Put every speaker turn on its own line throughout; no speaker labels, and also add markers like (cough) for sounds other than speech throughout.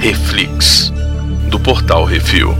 Reflix, do portal Refil.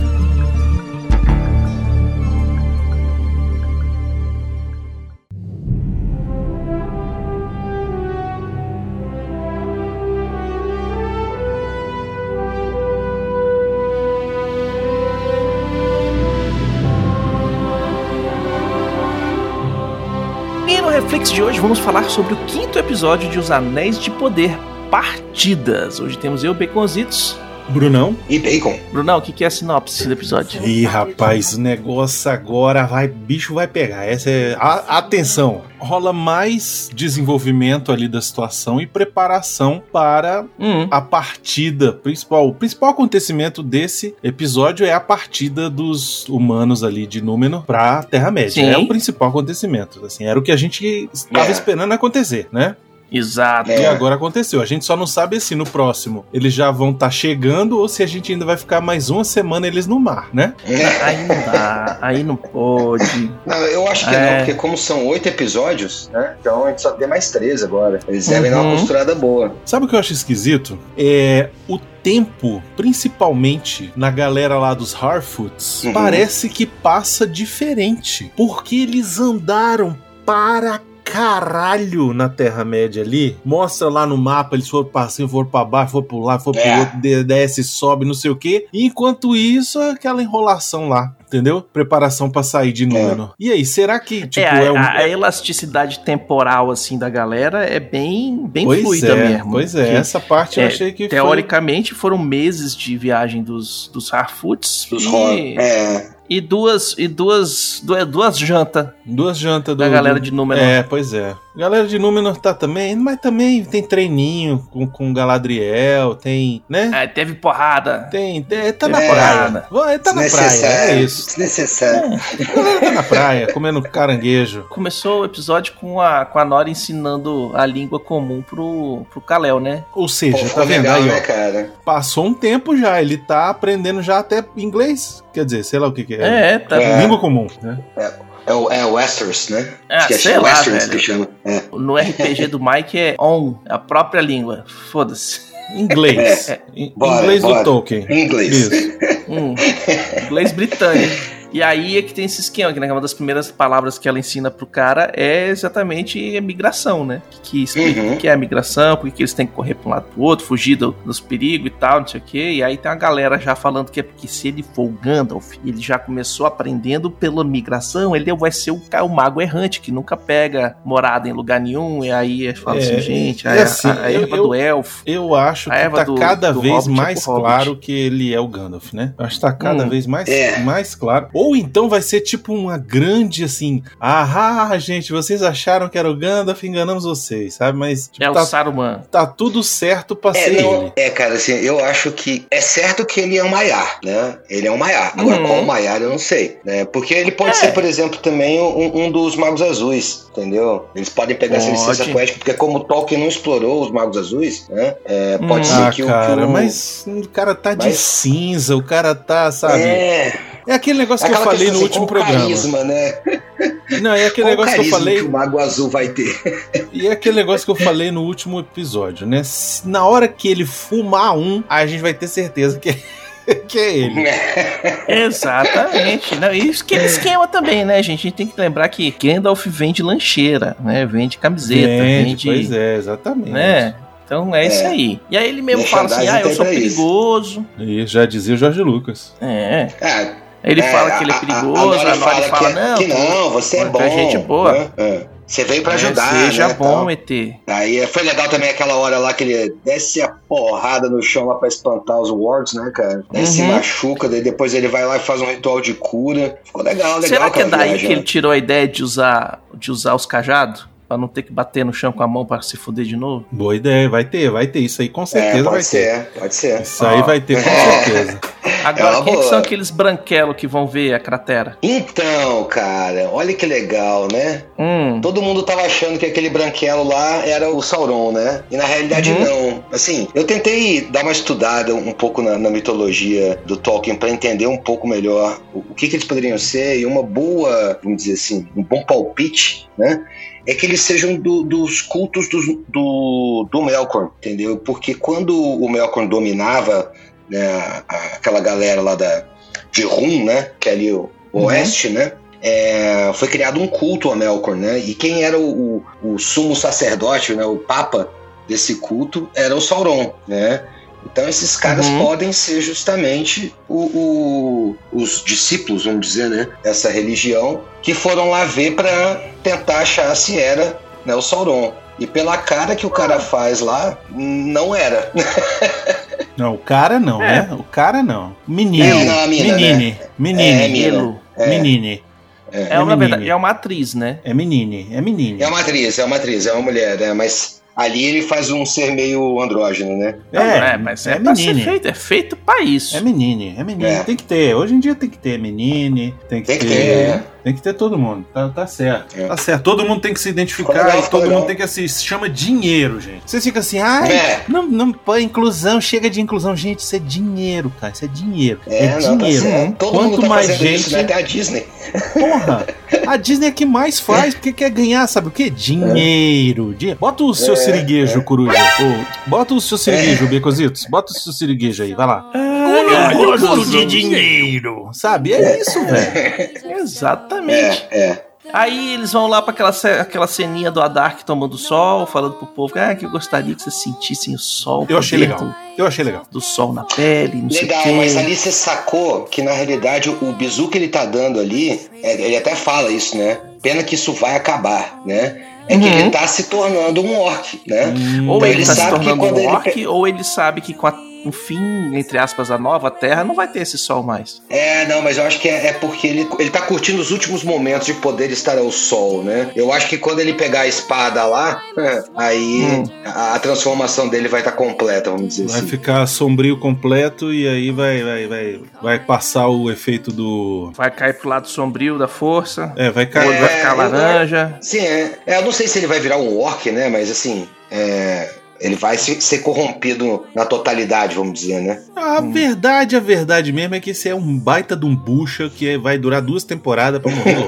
E no Reflex de hoje vamos falar sobre o quinto episódio de Os Anéis de Poder, Partidas. Hoje temos eu, Baconzitos.
Brunão.
E bacon.
Brunão, o que, que é a sinopse do episódio?
Ih, rapaz, o negócio agora vai. Bicho vai pegar. Essa é. a- atenção! Rola mais desenvolvimento ali da situação e preparação para
Hum,
a partida principal. O principal acontecimento desse episódio é a partida dos humanos ali de Númenor pra Terra-média.
Sim.
É o principal acontecimento. Assim, era o que a gente estava
É.
esperando acontecer, né?
exato.
E
É.
agora aconteceu. A gente só não sabe se no próximo eles já vão estar chegando ou se a gente ainda vai ficar mais uma semana eles no mar, né?
Aí não dá, aí não pode.
Não, eu acho que
É.
não, porque como são oito episódios, né? Então a gente só tem mais três agora. Eles devem dar
Uhum.
uma costurada boa.
Sabe o que eu acho esquisito? É o tempo, principalmente na galera lá dos Harfoots,
Uhum.
parece que passa diferente. Porque eles andaram para caralho na Terra-média ali. Mostra lá no mapa, eles foram pra cima, foram pra baixo, foram pro lado, foram
É.
pro outro, de- desce, sobe, não sei o quê. E enquanto isso, aquela enrolação lá, entendeu? Preparação pra sair
É.
de Númenor. E aí, será que, tipo,
é, a,
é, um...
a- a elasticidade temporal, assim, da galera é bem, bem
Pois
fluida
é,
mesmo.
pois é,
Que,
essa parte
é,
eu achei que foi...
Teoricamente, foram meses de viagem dos, dos Harfoots
Dos
e,
rolos. É.
e duas e duas, duas, duas jantas
Duas jantas do,
da galera de um. Númenor.
É, pois é. Galera de Númenor tá também, mas também tem treininho com, com Galadriel, tem, né?
É, teve porrada.
Tem, tem- tá
É.
na praia. Vai, tá na praia, é
né? Desnecessário.
isso.
Desnecessário.
Tá na praia, comendo caranguejo.
Começou o episódio com a, com a Nora ensinando a língua comum pro, pro Kalel, né?
Ou seja,
Pô,
tá
foi
vendo
legal,
aí,
né,
ó.
cara?
Passou um tempo já, ele tá aprendendo já até inglês. Quer dizer, sei lá o que que é.
É, tá.
É.
Língua comum, né?
É o, é o Westeros, né?
Ah,
que
sei lá,
Westeros
velho.
que chama. É.
No RPG do Mike é on, a própria língua. Foda-se.
Inglês. In-
(laughs) Bora,
inglês
bora.
do Tolkien.
Em Inglês.
Isso.
Hum, inglês britânico. E aí é que tem esse esquema, que né, uma das primeiras palavras que ela ensina pro cara é exatamente a migração, né? Que, que explica
Uhum.
o que é a migração, por que que eles têm que correr pra um lado pro outro, fugir do- dos perigos e tal, não sei o quê. E aí tem uma galera já falando que é porque se ele for o Gandalf, ele já começou aprendendo pela migração, ele vai ser o, ca- o mago errante, que nunca pega morada em lugar nenhum. E aí fala
É,
assim, gente,
e
a,
assim,
a- a
eu-
erva
eu-
do elfo.
Eu acho
A
que
Eva
tá
do-
cada
do
vez
Hobbit é
mais
pro Hobbit.
claro que ele é o Gandalf, né? Eu acho que tá cada
Hum.
vez mais,
É.
mais claro. Ou então vai ser tipo uma grande assim. Ah, gente, vocês acharam que era o Gandalf, enganamos vocês, sabe? Mas tipo,
É o
tá,
Saruman.
tá tudo certo pra
É,
ser
não,
ele.
é, cara, assim, eu acho que é certo que ele é um Maiar, né? Ele é um Maiar. Agora,
Uhum.
qual Maiar eu não sei, né? Porque ele pode
É.
ser, por exemplo, também um, um dos Magos Azuis, entendeu? Eles podem pegar essa
Pode.
licença poética, porque como Tolkien não explorou os Magos Azuis, né? É, pode
Uhum.
Ah,
ser que o. que
cara,
o-
mas o cara tá de
Mas-
cinza, o cara tá, sabe? É,
É,
aquele negócio que eu
aquela
falei
questão,
no
assim,
último
qual o
programa.
Carisma, né?
Não, é aquele
Qual o
negócio que eu
carisma
falei.
que o Mago Azul vai ter. (laughs)
E é aquele negócio que eu falei no último episódio, né? Se- Na hora que ele fumar um, a gente vai ter certeza que é, (laughs) que é ele.
né?
Exatamente. Não, e aquele esquema também, né, gente? A gente tem que lembrar que Gandalf vende lancheira, né? Vende camiseta,
Vende,
vende.
pois é, exatamente.
né? Então é, isso
É.
aí. E aí ele mesmo
Deixa
fala assim:
andar,
ah, eu
então
sou
é isso."
perigoso.
E já dizia o Jorge Lucas.
É.
Ah,
(laughs) Ele
é,
fala que ele
a-
é
a-
perigoso, a Nora fala,
que, é-
não.
que não, você é
você
bom.
é gente boa.
né? É. Você veio pra
é,
ajudar,
Seja
né,
bom,
tal.
ET.
Aí é, foi legal também aquela hora lá que ele desce a porrada no chão lá pra espantar os wards, né, cara? Daí se
Uhum.
machuca, daí depois ele vai lá e faz um ritual de cura. Ficou legal, legal.
Será que é
aquela
daí
viagem,
que ele
né?
tirou a ideia de usar, de usar os cajados? Pra não ter que bater no chão com a mão pra se fuder de novo?
Boa ideia, vai ter, vai ter. Isso aí com
É,
certeza
pode
vai ter.
ser, pode ser.
Isso aí
Ó.
vai ter com
É.
certeza.
Agora,
uma
quem é que
boa.
são aqueles branquelos que vão ver a cratera?
Então, cara, olha que legal, né?
Hum.
Todo mundo tava achando que aquele branquelo lá era o Sauron, né? E na realidade
Uhum.
não. Assim, eu tentei dar uma estudada um pouco na, na mitologia do Tolkien pra entender um pouco melhor o, o que, que eles poderiam ser e uma boa, vamos dizer assim, um bom palpite, né? É que eles sejam do- dos cultos dos- do, do Melkor, entendeu? Porque quando o Melkor dominava né, a- a- aquela galera lá da, de Rum, né, que é ali o o
Uhum.
oeste, né, é, foi criado um culto a Melkor, né, e quem era o, o- o sumo sacerdote, né, o papa desse culto era o Sauron, né, então esses caras
Uhum.
podem ser justamente o- o- os discípulos, vamos dizer, né, dessa religião, que foram lá ver para tentar achar se era né, o Sauron. E pela cara que o
Ah.
cara faz lá, não era.
Não, o cara não,
É.
né? O cara não. Menino.
É, não, a mina,
menine. Menine.
É, mina.
Pelo-
Menine.
É, na
menine.
verdade, é uma atriz, né?
É menine. É menine.
É uma atriz, é uma atriz, é uma mulher, né? Mas ali ele faz um ser meio andrógeno, né?
É,
mas
é
é, pra ser
menine.
feito, é feito pra isso.
É menine, é menine.
É.
Tem que ter. Hoje em dia tem que ter menine, tem que,
Tem que
ter,
ter, é.
Tem que ter todo mundo. Tá, tá certo.
É.
Tá certo. Todo mundo tem que se identificar
Ficou legal,
e
ficou
todo
legal.
mundo tem que assistir. Se chama dinheiro, gente. Vocês ficam assim, ai.
né? É,
Não, não, pô, inclusão, chega de inclusão, gente, isso é dinheiro, cara, isso é dinheiro, é,
é, não, tá
dinheiro.
certo. Todo
Quanto
mundo tá
mais
fazendo
gente,
isso, né? Até a Disney.
Porra, a Disney é que
(laughs)
mais faz, porque quer ganhar, sabe o quê? Dinheiro. Dinhe- Bota o seu
É,
siriguejo, coruja. Ô, bota o seu siriguejo, Becositos. Bota o seu siriguejo aí, vai lá.
Ah, eu gosto de
É, (laughs) dinheiro. Sabe? É isso, velho.
Exatamente.
É, é.
Aí eles vão lá pra aquela, ce- aquela ceninha do Adark tomando sol, falando pro povo ah, que eu gostaria que vocês sentissem o sol.
Eu achei
poder
legal.
Do,
Eu achei legal.
do sol na pele, não
Legal,
sei o
é-
mas
quê.
ali você sacou que na realidade o bizu que ele tá dando ali, é, ele até fala isso, né? Pena que isso vai acabar, né? É que
Uhum.
ele tá se tornando um orc,
Uhum.
né?
Ou
Hum,
Então
ele,
ele
tá se
sabe que
tornando
quando
um
ele
orc, ou ele sabe que com a- o fim, entre aspas, da nova terra, não vai ter esse sol mais.
É, não, mas eu acho que é, é porque ele, ele tá curtindo os últimos momentos de poder estar ao sol, né? Eu acho que quando ele pegar a espada lá, (laughs) aí
Hum.
a, a transformação dele vai estar completa, vamos dizer
Vai
assim.
ficar sombrio completo e aí vai, vai, vai, vai passar o efeito do.
Vai cair pro lado sombrio da força,
É, vai
o
cair.
olho vai ficar
É,
laranja.
Sim, é, é, eu não sei se ele vai virar um orc, né? Mas assim, é, ele vai se- ser corrompido na totalidade, vamos dizer, né?
A verdade, a verdade mesmo é que esse é um baita de um bucha que vai durar duas temporadas pra morrer. logo.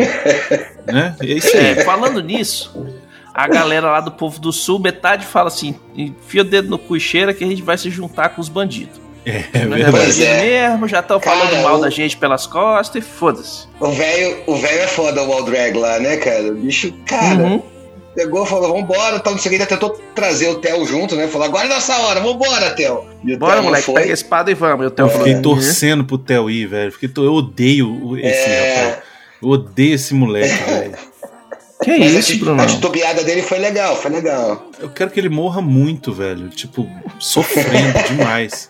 né? É isso aí.
É, falando nisso, a galera lá do povo do sul, metade fala assim: enfia o dedo no cu e cheira que a gente vai se juntar com os bandidos.
É
Nós
verdade.
Pois é.
mesmo, já estão
Cara,
falando mal
o-
da gente pelas costas e foda-se.
O velho o velho é foda, o Waldrag lá, né, cara? O bicho, cara,
Uhum.
pegou, falou, vambora, tal, não sei o que, ainda tentou trazer o Theo junto, né? Falou, agora é nossa hora, vambora, Theo. E o
Bora,
Theo não
moleque,
foi.
pega a espada e vamos. E o Theo
Eu
falou,
fiquei
"Hum,
torcendo pro Theo ir, velho. Fiquei to- Eu odeio o- esse
É.
rapaz. Eu odeio esse moleque, velho.
Que
Mas
isso, Bruno?
É, a tá titubeada dele foi legal, foi legal.
Eu quero que ele morra muito, velho. Tipo, sofrendo
(laughs)
demais.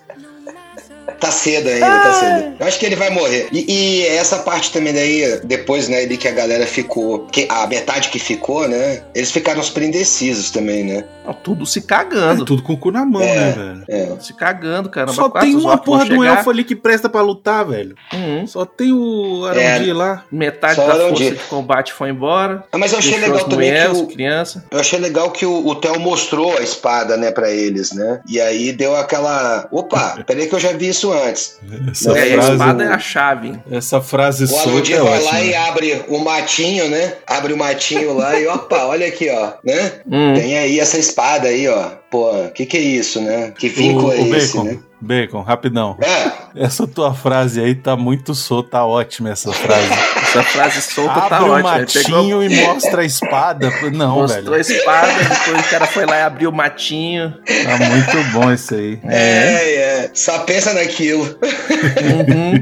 Tá cedo ainda, tá cedo. Eu acho que ele vai morrer. E, e essa parte também daí, depois, né, ali que a galera ficou, que a metade que ficou, né, eles ficaram super indecisos também, né?
Não, tudo se
É
cagando.
tudo com o cu na mão, né, velho?
É.
Se cagando, caramba.
Só
Quatro
tem
os
uma
orcs vão
porra de um
chegar.
elfo ali que presta pra lutar, velho.
Uhum.
Só tem o Arondi
É.
lá.
Metade
Só
da
era um
força
dia.
de combate foi embora.
Ah, Mas eu achei
Deixou as
legal também que
mulheres,
o,
criança.
eu achei legal que o, o Theo mostrou a espada, né, pra eles, né? E aí deu aquela.
(laughs)
Opa, peraí que eu já vi isso antes.
Essa
Não,
É, a
frase-
espada é a chave.
Essa frase
O
solta
Aludir
é
vai
ótima.
né?
lá e abre o matinho, né? Abre o matinho lá e opa, olha aqui, ó, né?
Hum.
Tem aí essa espada aí, ó. Pô, que que é isso, né? Que vínculo
O,
é
o
esse,
Bacon,
né?
Bacon, rapidão.
É,
Essa tua frase aí tá muito solta, tá ótima essa frase.
Essa frase (laughs) solta
Abre
tá
o
ótima. Ele pegou,
matinho e mostra
(laughs)
a espada. Não,
mostrou a
velho.
espada, depois o cara foi lá e abriu o matinho.
Tá muito bom isso
(laughs)
aí.
é, é. Só pensa naquilo.
Uhum.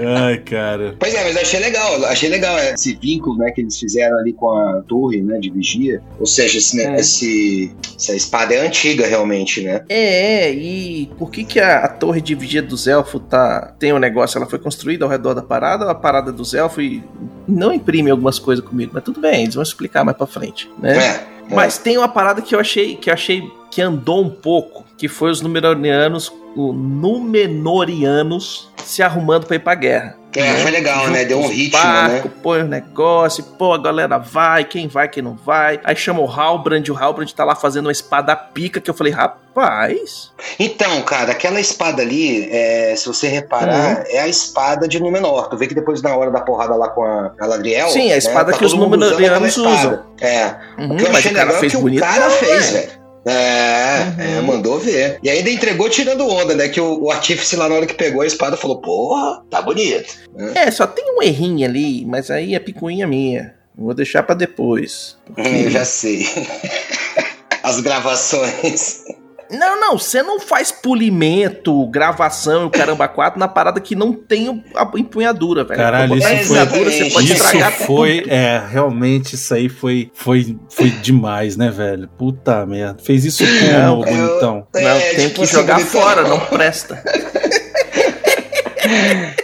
Ai, cara.
Pois é, mas eu achei legal. Achei legal esse vínculo, né, que eles fizeram ali com a torre, né, de vigia. Ou seja, esse, né,
É.
esse- essa espada é antiga, realmente, né?
É, é, e por que, que a, a torre de vigia dos elfos tá, tem um negócio? Ela foi construída ao redor da parada, ou a parada dos elfos e não imprime algumas coisas comigo, mas tudo bem, eles vão explicar mais pra frente,
É.
né? Mas tem uma parada que eu achei que eu achei que andou um pouco, que foi os Númenóreanos, o Númenóreanos se arrumando pra ir pra guerra.
É, foi legal, né? Deu um
Junta os
ritmo,
barcos,
né?
Põe o negócio, pô, a galera vai, quem vai, quem não vai. Aí chama o Halbrand, o Halbrand tá lá fazendo uma espada pica, que eu falei, rapaz.
Então, cara, aquela espada ali, é, se você
Uhum.
reparar, é a espada de Númenor. Tu vê que depois, na hora da porrada lá com a Galadriel...
Sim, é a espada que
todo
os
mundo usando aquela
Númenóreanos
espada.
usam.
É,
Uhum,
O que eu
mas
achei
o cara
legal é
fez
que
bonito.
o cara
não,
fez, né?
velho. Uhum.
velho. É, é, mandou ver. E ainda entregou tirando onda, né? Que o, o artífice lá na hora que pegou a espada falou: Porra, tá bonito.
É, só tem um errinho ali, mas aí é picuinha minha. Eu Vou deixar pra depois.
Hum, eu já sei. (laughs) As gravações.
Não, não, você não faz polimento, gravação e o caramba quatro na parada que não tem o- a empunhadura, velho.
Caralho,
Botar
isso foi-
empunhadura, você pode
Isso
estragar
Isso
tudo.
foi, é, realmente isso aí foi, foi, foi demais, né, velho? Puta merda. Fez isso
Não,
como,
eu-
bonitão?
Não,
É,
tem
tipo
que
assim,
jogar
bonitão.
fora, não presta.
(laughs)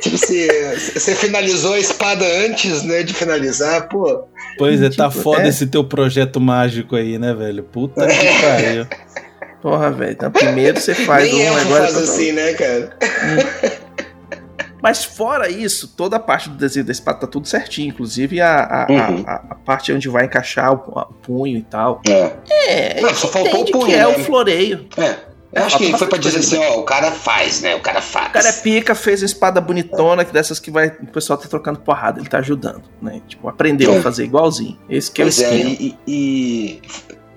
Tipo, você, você finalizou a espada antes, né? De finalizar, pô.
Pois é, tá
Tipo,
foda
é.
esse teu projeto mágico aí, né, velho? Puta que pariu.
Porra, velho. Então, primeiro você faz
nem
um,
eu
agora.
faço assim, né, cara?
Mas fora isso, toda a parte do desenho da espada tá tudo certinho, inclusive a, a, a-
Uhum.
a- a parte onde vai encaixar o, a- o punho e tal.
É.
É,
Não, só faltou o
entende
punho,
que é
né?
o floreio.
é. Eu acho
Ah,
que
tá
foi pra dizer assim,
bastante
ó, o cara faz, né? O cara faz.
O cara é pica, fez uma espada bonitona, que dessas que vai, o pessoal tá trocando porrada, ele tá ajudando, né? Tipo, aprendeu
É.
a fazer igualzinho. Esse que é o
Pois é,
esquema.
e, e- e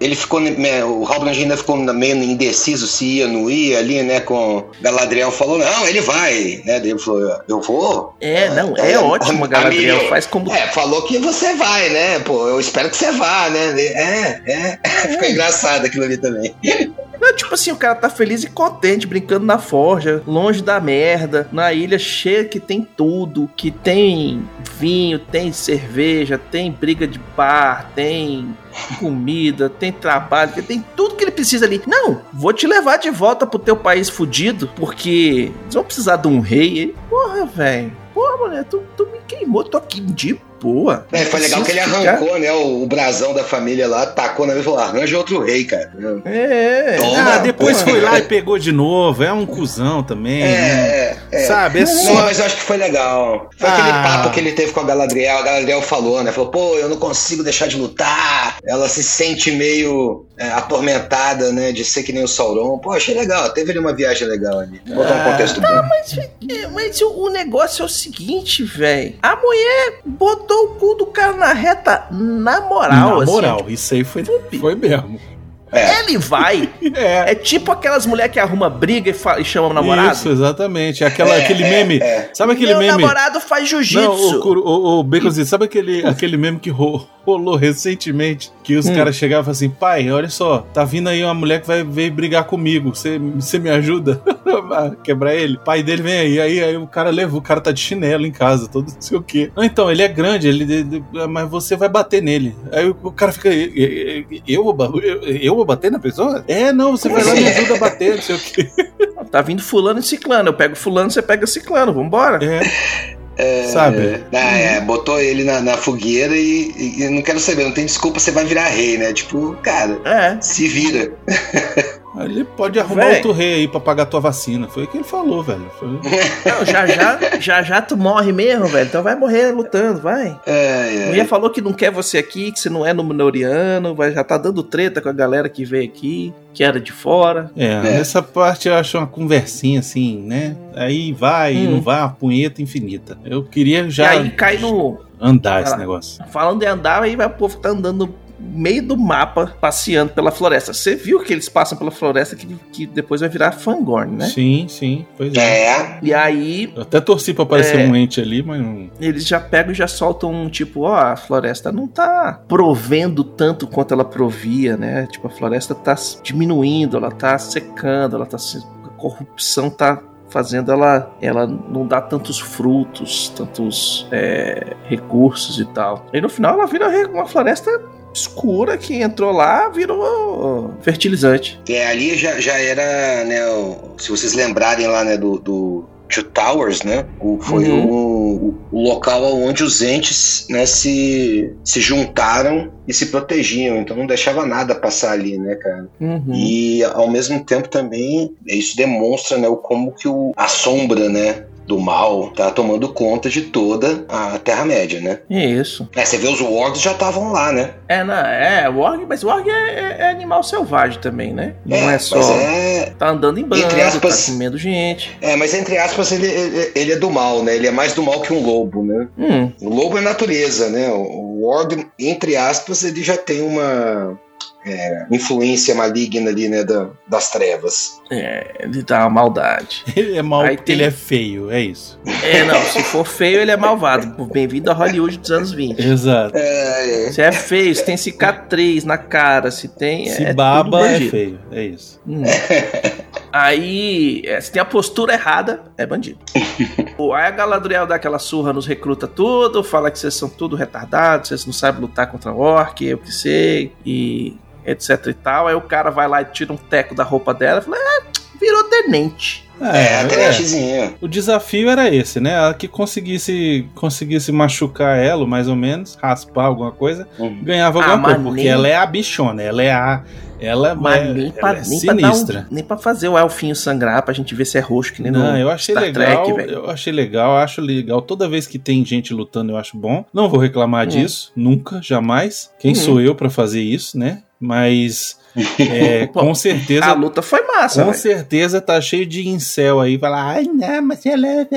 ele ficou. né, O Halbrand ainda ficou meio indeciso se ia ou não ia ali, né? Com Galadriel falou, não, ele vai, né? Daí ele falou, eu vou.
É, não, é,
É,
ótimo,
a-
Galadriel.
amigo.
Faz como.
É, falou que você vai, né? Pô, eu espero que você vá, né? É, é. (laughs) Ficou engraçado aquilo ali também.
Não, tipo assim, o cara tá feliz e contente, brincando na forja, longe da merda, na ilha cheia que tem tudo, que tem vinho, tem cerveja, tem briga de bar, tem comida, tem trabalho, que tem tudo que ele precisa ali. Não, vou te levar de volta pro teu país fudido, porque eles vão precisar de um rei. Ele, Porra, velho. Porra, mulher, tu, tu me queimou, tô aqui de boa.
É, foi legal que ele
Preciso ficar-
arrancou, né? O, o brasão da família lá, tacou na mesa e falou: arranja outro rei, cara.
É, é.
Toma,
Ah, depois
porra.
foi lá e pegou de novo. É um cuzão também.
É,
né?
é. é.
Sabe, é
Não,
só.
mas eu acho que foi legal. Foi aquele
Ah.
papo que ele teve com a Galadriel. A Galadriel falou, né? Falou, pô, eu não consigo deixar de lutar. Ela se sente meio é, atormentada, né? De ser que nem o Sauron. Pô, achei legal. Teve ali uma viagem legal ali. Botar um
Ah.
contexto bom.
É, Mas o, o negócio é o seguinte, velho. A mulher botou o cu do cara na reta na moral.
Na moral,
assim.
isso aí foi, foi mesmo.
É.
Ele vai.
(laughs) É.
É tipo aquelas mulheres que arrumam briga e, fa- e chamam o namorado.
Isso, exatamente. Aquela, aquele meme.
é.
Sabe aquele
Meu
meme?
namorado faz
Não, o,
jiu-jitsu.
Curu- o, o Baconzinho, sabe aquele, aquele meme que ro- rolou recentemente? Que os
Hum.
caras chegavam e falavam assim: pai, olha só, tá vindo aí uma mulher que vai vir brigar comigo, você você me ajuda (laughs) a quebrar ele? Pai dele vem aí, aí, aí o cara levou, o cara tá de chinelo em casa, todo não sei o quê. Não, então, ele é grande, ele, ele- mas você vai bater nele. Aí o, o cara fica: "E- e- eu vou, ba- eu, eu vou bater na pessoa? É, não, você vai lá e me ajuda a bater, não sei o quê.
Tá vindo fulano e ciclano. Eu pego fulano, você pega ciclano. Vambora.
É. Sabe? Uhum.
Ah, é, botou ele na, na fogueira e, e- e não quero saber, não tem desculpa, você vai virar rei, né? Tipo, cara,
É.
se vira.
Aí Ele pode arrumar
Véi.
outro rei aí pra pagar tua vacina. Foi o que ele falou, velho. Foi-
Não, já já, já já tu morre mesmo, velho. Então vai morrer lutando, vai. A
É, é.
mulher falou que não quer você aqui, que você não é númenoriano, vai, já tá dando treta com a galera que veio aqui, que era de fora.
É, nessa parte eu acho uma conversinha assim, né? Aí vai,
Hum.
não vai, uma punheta infinita. Eu queria
E
já
aí cai no.
andar esse
Vai lá.
negócio.
Falando de andar, aí vai o povo tá andando no meio do mapa, passeando pela floresta. Você viu que eles passam pela floresta que, que depois vai virar Fangorn, né?
Sim, sim, pois é.
É,
E aí
Eu até torci pra aparecer
É.
um ente ali, mas não.
eles já pegam e já soltam um tipo, ó, a floresta não tá provendo tanto quanto ela provia, né? Tipo, a floresta tá s- diminuindo, ela tá secando, ela tá se... a corrupção tá fazendo ela ela não dá tantos frutos, tantos é, recursos e tal. E no final ela vira re- uma floresta escura que entrou lá, virou fertilizante.
É, ali já, já era, né, o- se vocês lembrarem lá, né, do, do Two Towers, né, o, foi
Uhum.
o, o local onde os entes, né, se, se juntaram e se protegiam, então não deixava nada passar ali, né, cara.
Uhum.
E, ao mesmo tempo, também, isso demonstra, né, o como que o, a sombra, né, do mal tá tomando conta de toda a Terra-média, né.
É isso.
É, você vê os Wargs já estavam lá, né.
É, não, é, Warg, mas Warg é, é- é animal selvagem também, né? Não é, só.
Mas é,
Tá andando em bando,
Entre aspas-
tá comendo gente.
É, mas entre aspas, ele, ele, ele é do mal, né? Ele é mais do mal que um lobo, né?
Hum,
O lobo é natureza, né? O o Ward, entre aspas, ele já tem uma é, influência maligna ali, né, da- das trevas.
É, ele dá uma maldade.
Ele é mal
Aí
porque
tem-
ele é feio,
(laughs)
é isso.
É, não, se for feio, ele é malvado. Bem-vindo a Hollywood dos anos 20.
Exato.
É, é.
Se é feio, se tem cicatriz na cara, se tem.
Se
é tudo
baba é
bandido.
feio, é isso.
Hum. Aí, é, se tem a postura errada, é bandido. O- Aí a Galadriel dá aquela surra, nos recruta tudo, fala que vocês são tudo retardados, vocês não sabem lutar contra o orc, eu que sei, e etc e tal. Aí o cara vai lá e tira um teco da roupa dela e fala, ah, virou tenente.
É, a
é.
tenentezinha.
O desafio era esse, né? Ela que conseguisse, conseguisse machucar ela, mais ou menos, raspar alguma coisa,
Uhum.
ganhava
Ah,
alguma coisa,
mas
porque
nem-
ela é a bichona, ela é a. Ela,
Mas
é,
nem,
ela
pra,
é
nem, pra dar um-
sinistra.
nem pra fazer o elfinho sangrar pra gente ver se é roxo que nem
Não,
no
eu achei
Star
legal,
Trek, velho.
eu achei legal, eu acho legal. Toda vez que tem gente lutando, eu acho bom. Não vou reclamar
Hum.
disso, nunca, jamais. Quem
Hum.
sou eu pra fazer isso, né?
(laughs)
Mas é,
Pô,
com
A
certeza
luta foi massa,
Com
velho.
certeza tá cheio de incel aí, vai lá, ai não, mas ela é...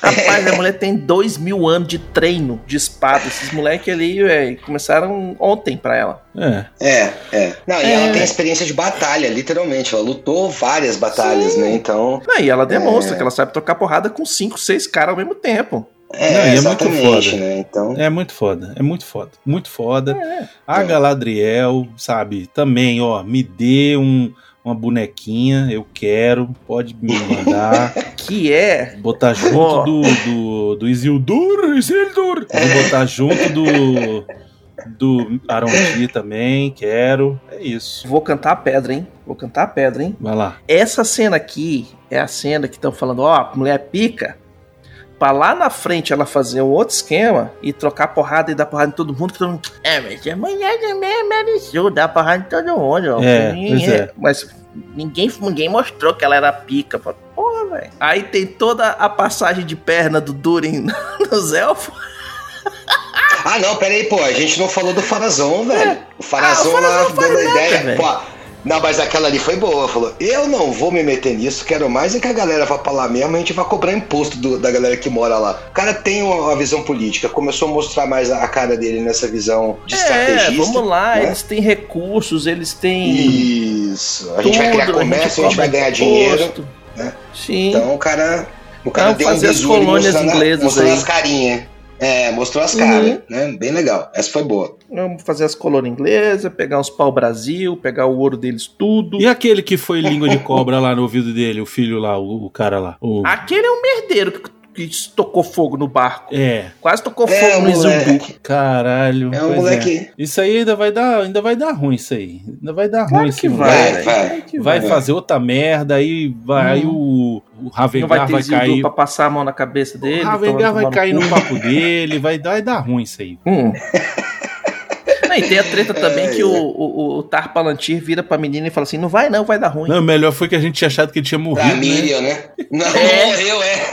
Rapaz, a mulher tem dois mil anos de treino de espada. Esses moleques ali véi, começaram ontem pra ela.
É,
É, é. Não, e
É.
ela tem experiência de batalha, literalmente. Ela lutou várias batalhas, né? Então.
Aí ela demonstra que ela sabe tocar porrada com cinco, seis caras ao mesmo tempo.
É,
Não, e é muito
exatamente,
foda.
né? Então.
é muito foda, é muito foda, muito foda.
É.
A
É.
Galadriel, sabe, também, ó, me dê um, uma bonequinha, eu quero, pode
(laughs)
me mandar,
Que é.
botar junto
Ó. É.
do, do, do Isildur, Isildur, vou botar junto do, do Aronti também, quero, é isso,
Vou cantar a pedra, hein? Vou cantar a pedra, hein?
vai lá.
Essa cena aqui é a cena que estão falando, ó, a mulher pica. Pra lá na frente ela fazer um outro esquema e trocar porrada e dar porrada em todo mundo, que todo mundo. É, mas a mulher também é mereceu, dá porrada em todo mundo. ó.
É, pois é.
Mas ninguém, ninguém mostrou que ela era pica. pô. Porra, velho. Aí tem toda a passagem de perna do Durin (laughs) nos elfos.
Ah, não, peraí, pô, a gente não falou do Farazon, velho. O
É. Ah,
Farazon
o
lá
Farazon faz
dando
nada,
ideia.
velho.
Pô, não, mas aquela ali foi boa. Falou, eu não vou me meter nisso, quero mais é que a galera vá pra lá mesmo, a gente vai cobrar imposto do- da galera que mora lá. O cara tem uma, uma visão política, começou a mostrar mais a, a cara dele nessa visão de
É,
estrategista.
vamos lá,
né?
eles têm recursos, eles têm.
Isso. A gente vai criar
tudo,
comércio, a gente, vai
cobra
ganhar dinheiro.
imposto.
né?
Sim.
Então o cara. O cara
Vamos
deu um
Ah, fazer as
bisu ali
colônias
mostrando a-
inglesas
Mostrando
aí.
as carinhas. É, mostrou as
Uhum.
caras, né? Bem legal. Essa foi boa.
Vamos fazer as colônias inglesas, pegar uns pau-brasil, pegar o ouro deles tudo.
E aquele que foi língua de cobra lá no ouvido dele, o filho lá, o, o cara lá. O...
Aquele é um merdeiro que, que tocou fogo no barco.
É,
Quase tocou
É,
fogo
o
no Isildur.
moleque.
caralho.
É um
pois
moleque.
Isso aí ainda vai dar, ainda vai dar ruim isso aí. Ainda vai dar ruim
Claro
isso
que
aí.
vai,
Vai,
velho.
vai.
Claro que
Vai
Vai.
fazer outra merda, aí vai aí o, o
Hum. Não
Ravengar
vai
vai,
ter Isildur
cair.
pra passar a mão na cabeça dele.
o
tomar-
Ravengar vai
tomar
cair
cu.
no papo dele, vai dar, vai dar ruim isso aí.
Hum. Não, e tem a treta também
É,
que
é.
o, o, o Tar Palantir vira pra menina e fala assim: não vai não, vai dar ruim.
Não, melhor foi que a gente tinha achado que ele tinha
Da
morrido. Né?
Miriam, né? Não,
É.
morreu, é.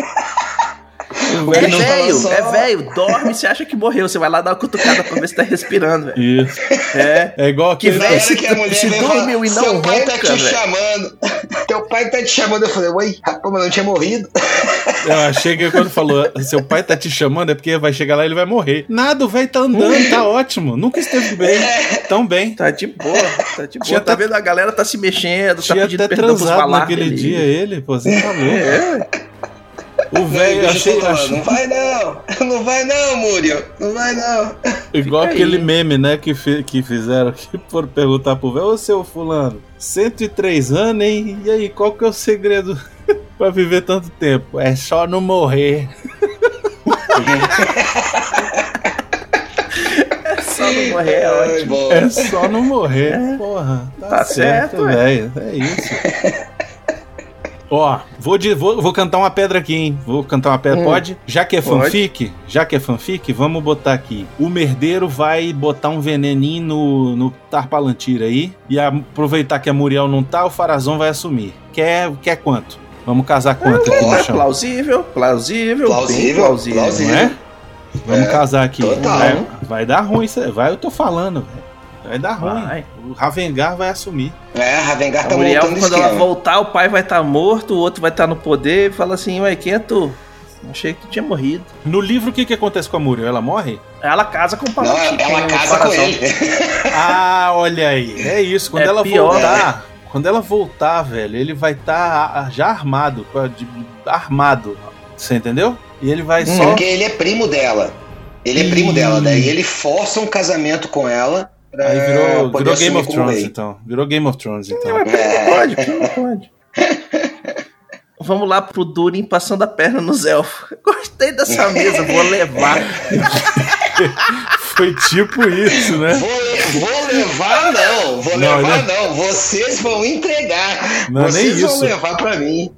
É
Não fala
velho,
só.
é velho, dorme, você acha que morreu. Você vai lá dar uma cutucada pra ver se tá respirando, velho.
Isso.
É.
É igual
Que
aquele.
Na
velho,
hora
se-
que a mulher
se
veio falar,
dormiu e não
Seu pai tá
ronca,
te
velho."
chamando. Teu pai tá te chamando. Eu falei, oi, rapaz, mas não tinha morrido.
Eu achei que quando falou seu pai tá te chamando é porque vai chegar lá e ele vai morrer. Nada, o velho tá andando, tá ótimo. Nunca esteve bem. Tão bem.
Tá de boa, tá de boa.
Tinha
Tá
até-
vendo? A galera tá se mexendo, tá
Tinha
pedindo
até
perdão pros
transado
balacos
naquele
ali.
dia ele, pô, você tá louco.
É,
O velho, eu
Não,
achei,
falou,
achei-
Não vai não. Não vai não, Múrio. Não vai não.
igual
Fica aí.
aquele meme, né, que, fi- que fizeram, que foram perguntar pro velho, ô seu fulano, 103 anos, hein? E aí, qual que é o segredo (laughs) pra viver tanto tempo? É só não morrer.
(laughs)
é só não morrer, é
Ai,
ótimo.
bom.
É só não morrer. Porra, tá,
Tá
certo,
certo,
velho. É isso. Ó, vou, de- vou, vou cantar uma pedra aqui, hein? Vou cantar uma pedra.
Hum.
Pode? Já que é
Pode.
fanfic, já que é fanfic, vamos botar aqui. O merdeiro vai botar um veneninho no, no Tarpalantir aí. E aproveitar que a Muriel não tá, o Farazão vai assumir. Quer, quer quanto? Vamos casar quanto aqui no
É
chão?
plausível, plausível, bem
Plausível,
plausível.
plausível.
Não é? Vamos casar aqui.
total.
Vai, vai dar ruim isso aí. Vai, eu tô falando, velho. Vai dar ruim.
Vai.
O Ravengar vai assumir.
É, a Ravengar
A
tá
Muriel,
montando
quando ela
esquema.
tá voltar, o pai vai estar morto, o outro vai estar no poder e fala assim: Ué, quem é tu? Achei que tu tinha morrido.
No livro, o que, que acontece com a Muriel? Ela morre?
Ela casa com o
Não,
Palpatine.
ela
né,
um
casa com
Corazon.
ele.
(laughs) Ah, olha aí. É isso. Quando
É
ela
pior,
voltar. Quando ela voltar, velho, ele vai estar já armado. com a- de- Armado. Você entendeu? E ele vai só.
Porque ele é primo dela. Ele é primo
Ih.
dela, daí ele força um casamento com ela. Pra
Aí virou,
É, poder
virou
assumir
Game of
como
Thrones,
rei.
então. Virou Game of Thrones, então.
Não pode,
É.
não pode. Vamos lá pro Durin passando a perna nos elfos. (laughs) Gostei dessa mesa, vou levar.
(laughs) Foi tipo isso, né?
Vou, le- vou levar, não. Vou
Não,
levar,
ele-
não. Vocês vão entregar.
Não, nem
Vocês vão
isso.
levar pra mim.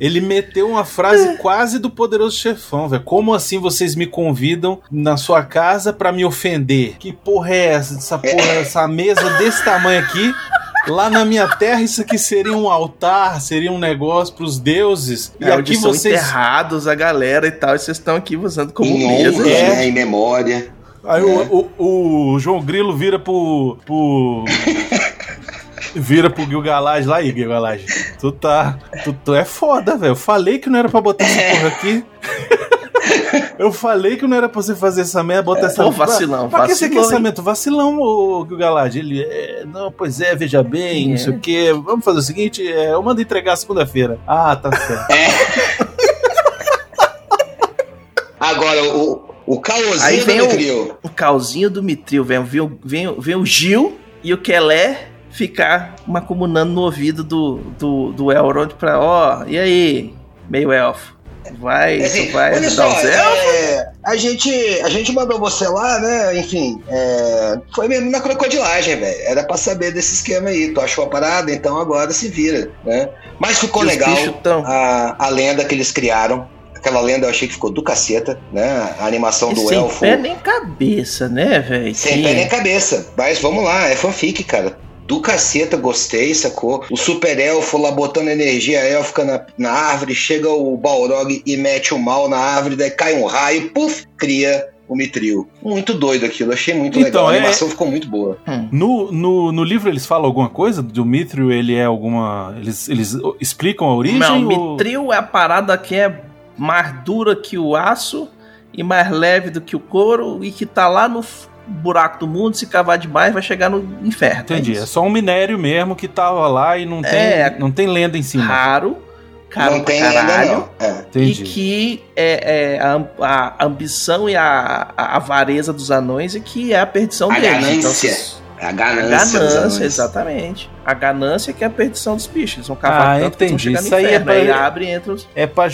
Ele meteu uma frase quase do poderoso chefão, velho. Como assim vocês me convidam na sua casa pra me ofender? Que porra é essa? Essa porra, essa mesa desse tamanho aqui? Lá na minha terra isso aqui seria um altar, seria um negócio pros deuses. E
É, onde
aqui
são
vocês
enterrados a galera e tal, e vocês estão aqui usando como
em
mesa.
honra,
é.
né, em memória.
Aí
É.
o, o- o João Grilo vira pro.
(laughs)
pro... Vira pro Gil Galage lá aí, Gil Galage. Tu tá. Tu, tu é foda, velho. Eu falei que não era pra botar
É.
essa porra aqui. (laughs) Eu falei que não era pra você fazer essa merda, botar essa
É, Pô, vacilão,
Pra que esse
vacilão, hein?
aquecimento? Vacilão, ô Gil Galage. Ele. É, não, pois é, veja bem, não
É.
sei o quê. Vamos fazer o seguinte: é, eu mando entregar segunda-feira. Ah, tá certo.
Agora, o, o
Aí
caosinho do
vem o-
Mitril.
O calzinho do Mitril, vem, vem, o- vem, o- vem o Gil e o Kelé ficar macumunando no ouvido do, do, do Elrond pra, ó, e aí, meio elfo? Vai,
Assim,
tu vai um
olha
ajudar
só,
os elfos?
é, a, gente, a gente mandou você lá, né? Enfim, é, foi mesmo na crocodilagem, velho. Era pra saber desse esquema aí. Tu achou a parada, então agora se vira, né? Mas ficou
E os
legal.
bichos tão-
a, a lenda que eles criaram. Aquela lenda eu achei que ficou do caceta, né? A animação
E
do
sem
elfo.
pé né? nem cabeça, né, velho?
Sem pé nem cabeça. Mas vamos lá, é fanfic, cara. Do caceta, gostei, sacou? O super elfo lá botando energia élfica na, na árvore, chega o Balrog e mete o mal na árvore, daí cai um raio, puf, cria o Mitril. Muito doido aquilo, achei muito
Então,
legal. A
é-
animação ficou muito boa.
hum.
No, no, no livro eles falam alguma coisa? Do Mithril, ele é alguma. Eles, eles explicam a origem?
Não,
ou-
mitril é a parada que é mais dura que o aço e mais leve do que o couro e que tá lá no f- buraco do mundo, se cavar demais vai chegar no inferno.
Entendi.
É
É
isso.
só um minério mesmo que tava lá e não tem,
É.
não tem lenda em cima.
Raro, caro
não
pra
tem
caralho.
lenda, não. É.
Entendi.
E que é, é, a, am- a ambição e a, a avareza dos anões e que é a perdição
A
deles.
ganância.
vocês-
A ganância.
ganância,
dos anões.
exatamente. A ganância que é a perdição dos bichos. Eles vão cavar
Ah,
tanto que eles vão
entendi.
chegar no
Isso aí é
inferno.
pra-
Aí abre e entra os
É pra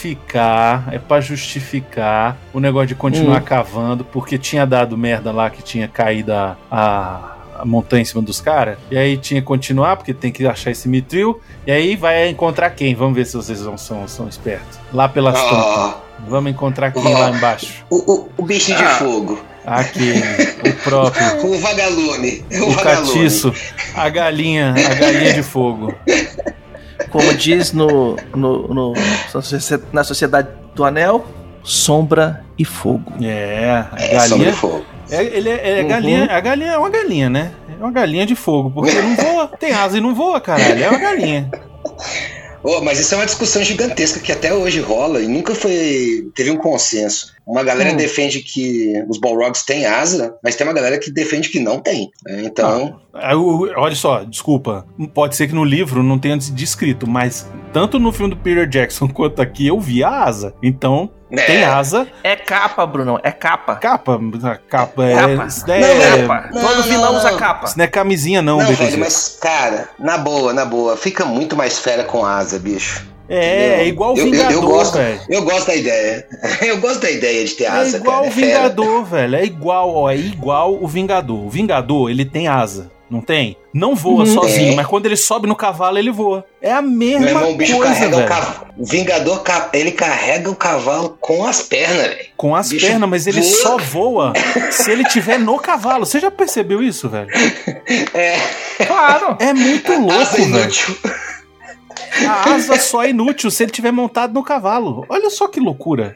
justificar, é pra justificar o negócio de continuar cavando, porque tinha dado merda lá que tinha caído a, a- a montanha em cima dos caras, e aí tinha que continuar, porque tem que achar esse mitril, e aí vai encontrar quem? Vamos ver se vocês vão- são, são espertos. Lá pelas
Ah,
tampas.
Ó,
Vamos encontrar quem lá embaixo?
o, o, o bichinho
Ah.
de fogo.
Aquele, o
(laughs)
próprio,
O vagalume. O,
o
vagalume.
catiço, a galinha, a galinha de fogo.
Como diz no, no- no- na Sociedade do Anel, sombra e fogo.
É, a
É, sobre
galinha.
fogo.
É, ele é, ele é
Uhum.
galinha, a galinha é uma galinha, né? É uma galinha de fogo, porque não voa, tem asa e não voa, caralho, é uma galinha.
Ô, mas isso é uma discussão gigantesca que até hoje rola e nunca foi. teve um consenso. Uma galera
Hum.
defende que os Balrogs têm asa, mas tem uma galera que defende que não tem. né? Então,
Aí o- Olha só, desculpa, pode ser que no livro não tenha descrito, mas tanto no filme do Peter Jackson (laughs) quanto aqui eu vi a asa, então
né?
tem asa,
É capa, Brunão, é capa.
capa, a capa é...
Capa.
Isso daí é-
capa.
Não,
Todo
não,
vilão
não.
usa capa.
isso não é camisinha não,
Não,
BTZ.
velho, mas, cara, na boa, na boa, fica muito mais fera com asa, bicho.
É, é igual o
Eu- eu- eu
Vingador,
gosto.
velho.
Eu gosto da ideia. (laughs) Eu gosto da ideia de ter
É
asa,
igual
cara.
o Vingador, velho. É igual, ó, é igual o Vingador. O Vingador, ele tem asa, não tem? Não voa
Uhum.
sozinho,
É.
mas quando ele sobe no cavalo, ele voa. É a
É fera. Meu
mesma
irmão, o bicho
coisa,
carrega o
velho.
cavalo. O Vingador, ca- ele carrega o cavalo com as pernas, velho.
Com as
bicho
pernas, mas ele
voa.
só voa se ele tiver no cavalo. Você já percebeu isso, velho?
É,
Claro.
É muito
(laughs) asa
louco, velho.
inútil. (laughs)
A asa só é inútil se ele tiver montado no cavalo. Olha só que loucura,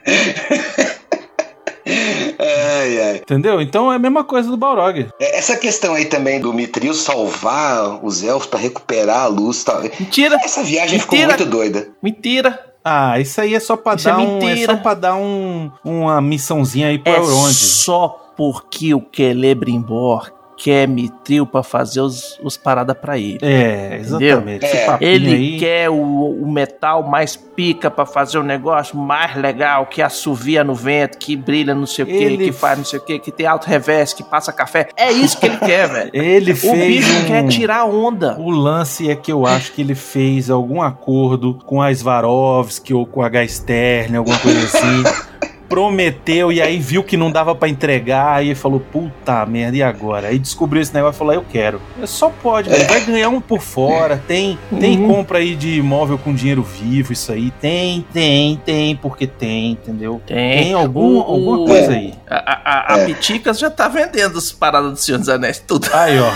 Ai, ai.
entendeu? Então é a mesma coisa do Balrog.
É, Essa questão aí também do Mitril salvar os elfos pra recuperar a luz, e tal.
Mentira,
Essa viagem ficou
Mentira.
muito doida.
mentira.
Ah, isso aí é só pra
Isso é
dar, um, é
mentira.
só pra dar um, uma missãozinha aí pro
É
Elrond.
só porque o Celebrimbor quer Mithril pra fazer os, os paradas pra ele.
É, exatamente. Esse
É.
papinho
Ele
aí.
quer o, o metal mais pica pra fazer um negócio mais legal, que assovia no vento, que brilha não sei o que,
Ele
que faz não sei o que, que tem alto revés, que passa café. É isso que ele quer, velho.
(laughs) Ele
O
fez.
bicho
um-
quer tirar onda.
O lance é que eu acho que ele fez algum acordo com a Swarovski ou com a H-Stern, alguma coisa assim. Prometeu e aí viu que não dava pra entregar e falou: puta merda, e agora? Aí descobriu esse negócio e falou: ah, eu quero. É, Só pode, velho. vai ganhar um por fora. Tem, tem
Uhum.
compra aí de imóvel com dinheiro vivo, isso aí. Tem, tem, tem, porque tem, entendeu? Tem algum,
É. O-
alguma
o-
coisa aí.
A, a, a
É.
Piticas já tá vendendo as paradas do Senhor dos Anéis, tudo. (laughs)
Aí, ó.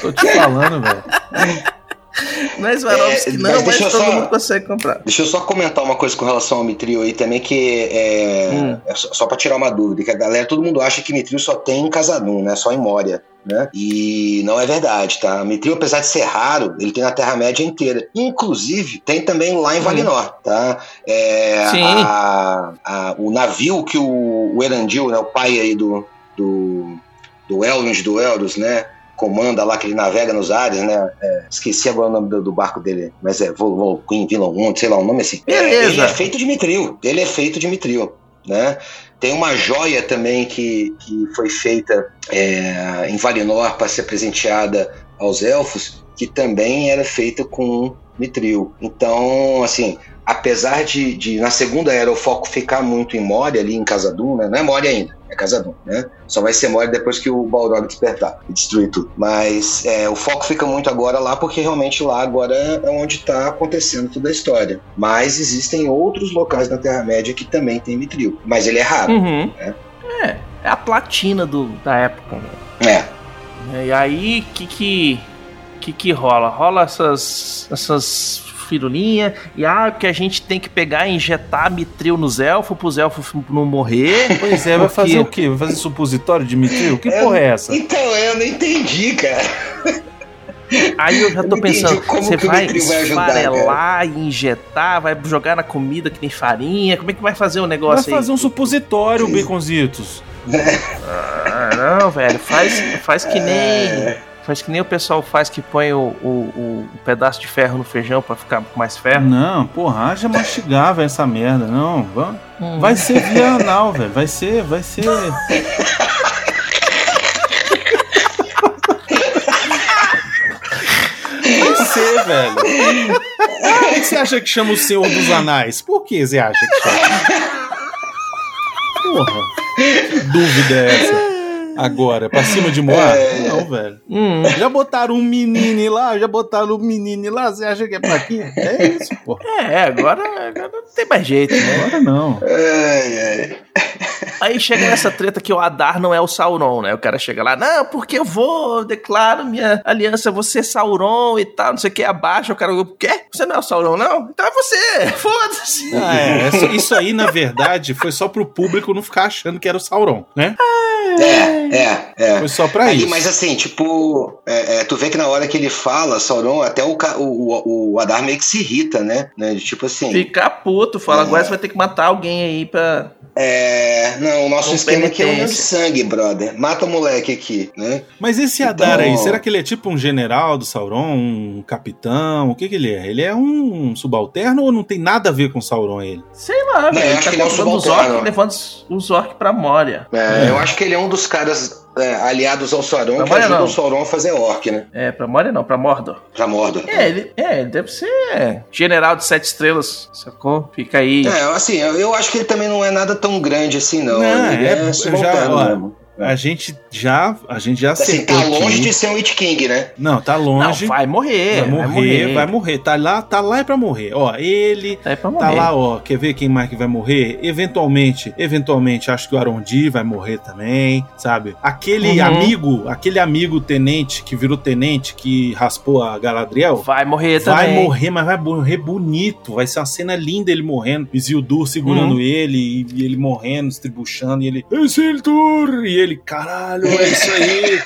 Tô te falando, velho.
Não é Swarovski,
É,
não,
mas
mas,
deixa eu
todo
só-
mundo consegue comprar.
Deixa eu só comentar uma coisa com relação ao Mitrio aí também, que é,
Hum.
é só, só pra tirar uma dúvida, que a galera, todo mundo acha que Mitrio só tem em Casadum, né? Só em Moria, né? E não é verdade, tá? Mitrio, apesar de ser raro, ele tem na Terra-média inteira. Inclusive, tem também lá em
Hum.
Valinor, tá? É,
Sim.
a- a- o navio que o, o Erandil, né, o pai aí do, do, do Elrond, do Elros, né? comanda lá, que ele navega nos ares, né? É, esqueci agora o nome do, do barco dele, mas é Vol- Volquim, Vilão sei lá, o nome é assim. É,
Beleza.
Ele é feito de mitril, ele é feito de mitril, né? Tem uma joia também que, que foi feita é, em Valinor para ser presenteada aos elfos, que também era feita com mitril. Então, assim, apesar de, de, na segunda era o foco ficar muito em Moria ali em Casadum, né? Não é Moria ainda, é Casadum, né? Só vai ser Moria depois que o Balrog despertar e destruir tudo. Mas é, o foco fica muito agora lá, porque realmente lá agora é onde está acontecendo toda a história. Mas existem outros locais na Terra-média que também tem Mithril, mas ele é raro,
Uhum.
É.
É, é a platina do, da época, né?
né?
É, E aí, que que que que rola? Rola essas essas firulinha e ah, porque a gente tem que pegar e injetar mitril nos elfos pros elfos não morrer.
Pois é, vai
Porque-
fazer o quê? Vai fazer supositório de mitril? Que
É,
porra é essa?
Então, eu não entendi, cara.
Aí eu já
(laughs) Eu
tô
não entendi
pensando,
como
você
que o
vai
mitril vai ajudar,
esfarelar e injetar, vai jogar na comida que nem farinha, como é que vai fazer o
Vai
negócio aí?
fazer um supositório, Baconzitos.
Ah, não, velho, faz faz que nem
É.
faz que nem o pessoal faz que põe o, o, o pedaço de ferro no feijão pra ficar com mais ferro.
É, Não, porra, já mastigar, velho, essa merda. Não, va- Hum. vai ser via anal, velho. Vai ser, vai ser. Vai ser, velho. Por que que você acha que chama o Senhor dos Anais? Por que você acha que chama? Porra, que dúvida é essa? Agora, pra cima de Moab?
É.
Não, velho.
Hum.
Já botaram um menino lá, já botaram um menino lá, você acha que é pra quê? É isso, pô.
É, agora, agora não tem mais jeito, né?
Agora não.
Ai, ai.
Aí chega nessa treta que o Adar não é o Sauron, né? O cara chega lá, não, porque eu vou, eu declaro minha aliança, você é Sauron e tal, não sei o que, abaixa. O cara, o quê? Você não é o Sauron, não? Então é você, (laughs) foda-se.
Ah, é, isso- isso aí, na verdade, foi só pro público não ficar achando que era o Sauron, né?
É, é, é.
Foi só pra
Aí,
isso.
mas assim, tipo, é, é, tu vê que na hora que ele fala, Sauron, até o, ca- o, o- o Adar meio que se irrita, né? Né, de Tipo assim,
Fica puto, fala,
É.
agora você vai ter que matar alguém aí pra.
é, não, o nosso
Com
esquema aqui é união de
penitência.
sangue, brother. Mata o moleque aqui, né?
Mas esse
Então-
Adar aí, será que ele é tipo um general do Sauron, um capitão? O que que ele é? Ele é um subalterno ou não tem nada a ver com Sauron ele?
Sei lá,
Não, eu
velho.
acho
Tá
que ele é um
controlando os
subalterno.
orcs e levando os- os orcs pra Moria.
É, Eu acho que ele é um dos caras é, aliados ao Sauron
Não
que
vai,
ajuda
não.
o Sauron a fazer orc, né?
É, pra Moria não, pra Mordor.
Pra Mordor.
É, ele, é, ele deve ser general de sete estrelas, sacou? Fica aí.
É, assim, eu eu acho que ele também não é nada tão grande assim, não.
Não,
ele
é-
é,
eu já-
subalterno
ó,
mesmo.
A gente já, a gente já
Assim,
acertou
É. tá longe
aqui.
de ser um It King, né?
Não, tá
Não,
longe.
vai morrer.
vai morrer, vai morrer, Tá lá, tá lá é pra morrer. Ó, ele,
Tá aí pra morrer.
Tá lá, ó, quer ver quem mais que vai morrer? Eventualmente, eventualmente, acho que o Arondi vai morrer também, sabe? Aquele
Uhum.
amigo, aquele amigo tenente que virou tenente, que raspou a Galadriel,
Vai morrer
vai
também.
morrer, mas vai morrer bonito. Vai ser uma cena linda ele morrendo. Isildur segurando
Uhum.
ele, e, e
(laughs)
ele morrendo, estribuchando, e ele, Isildur! E ele, caralho, é isso aí!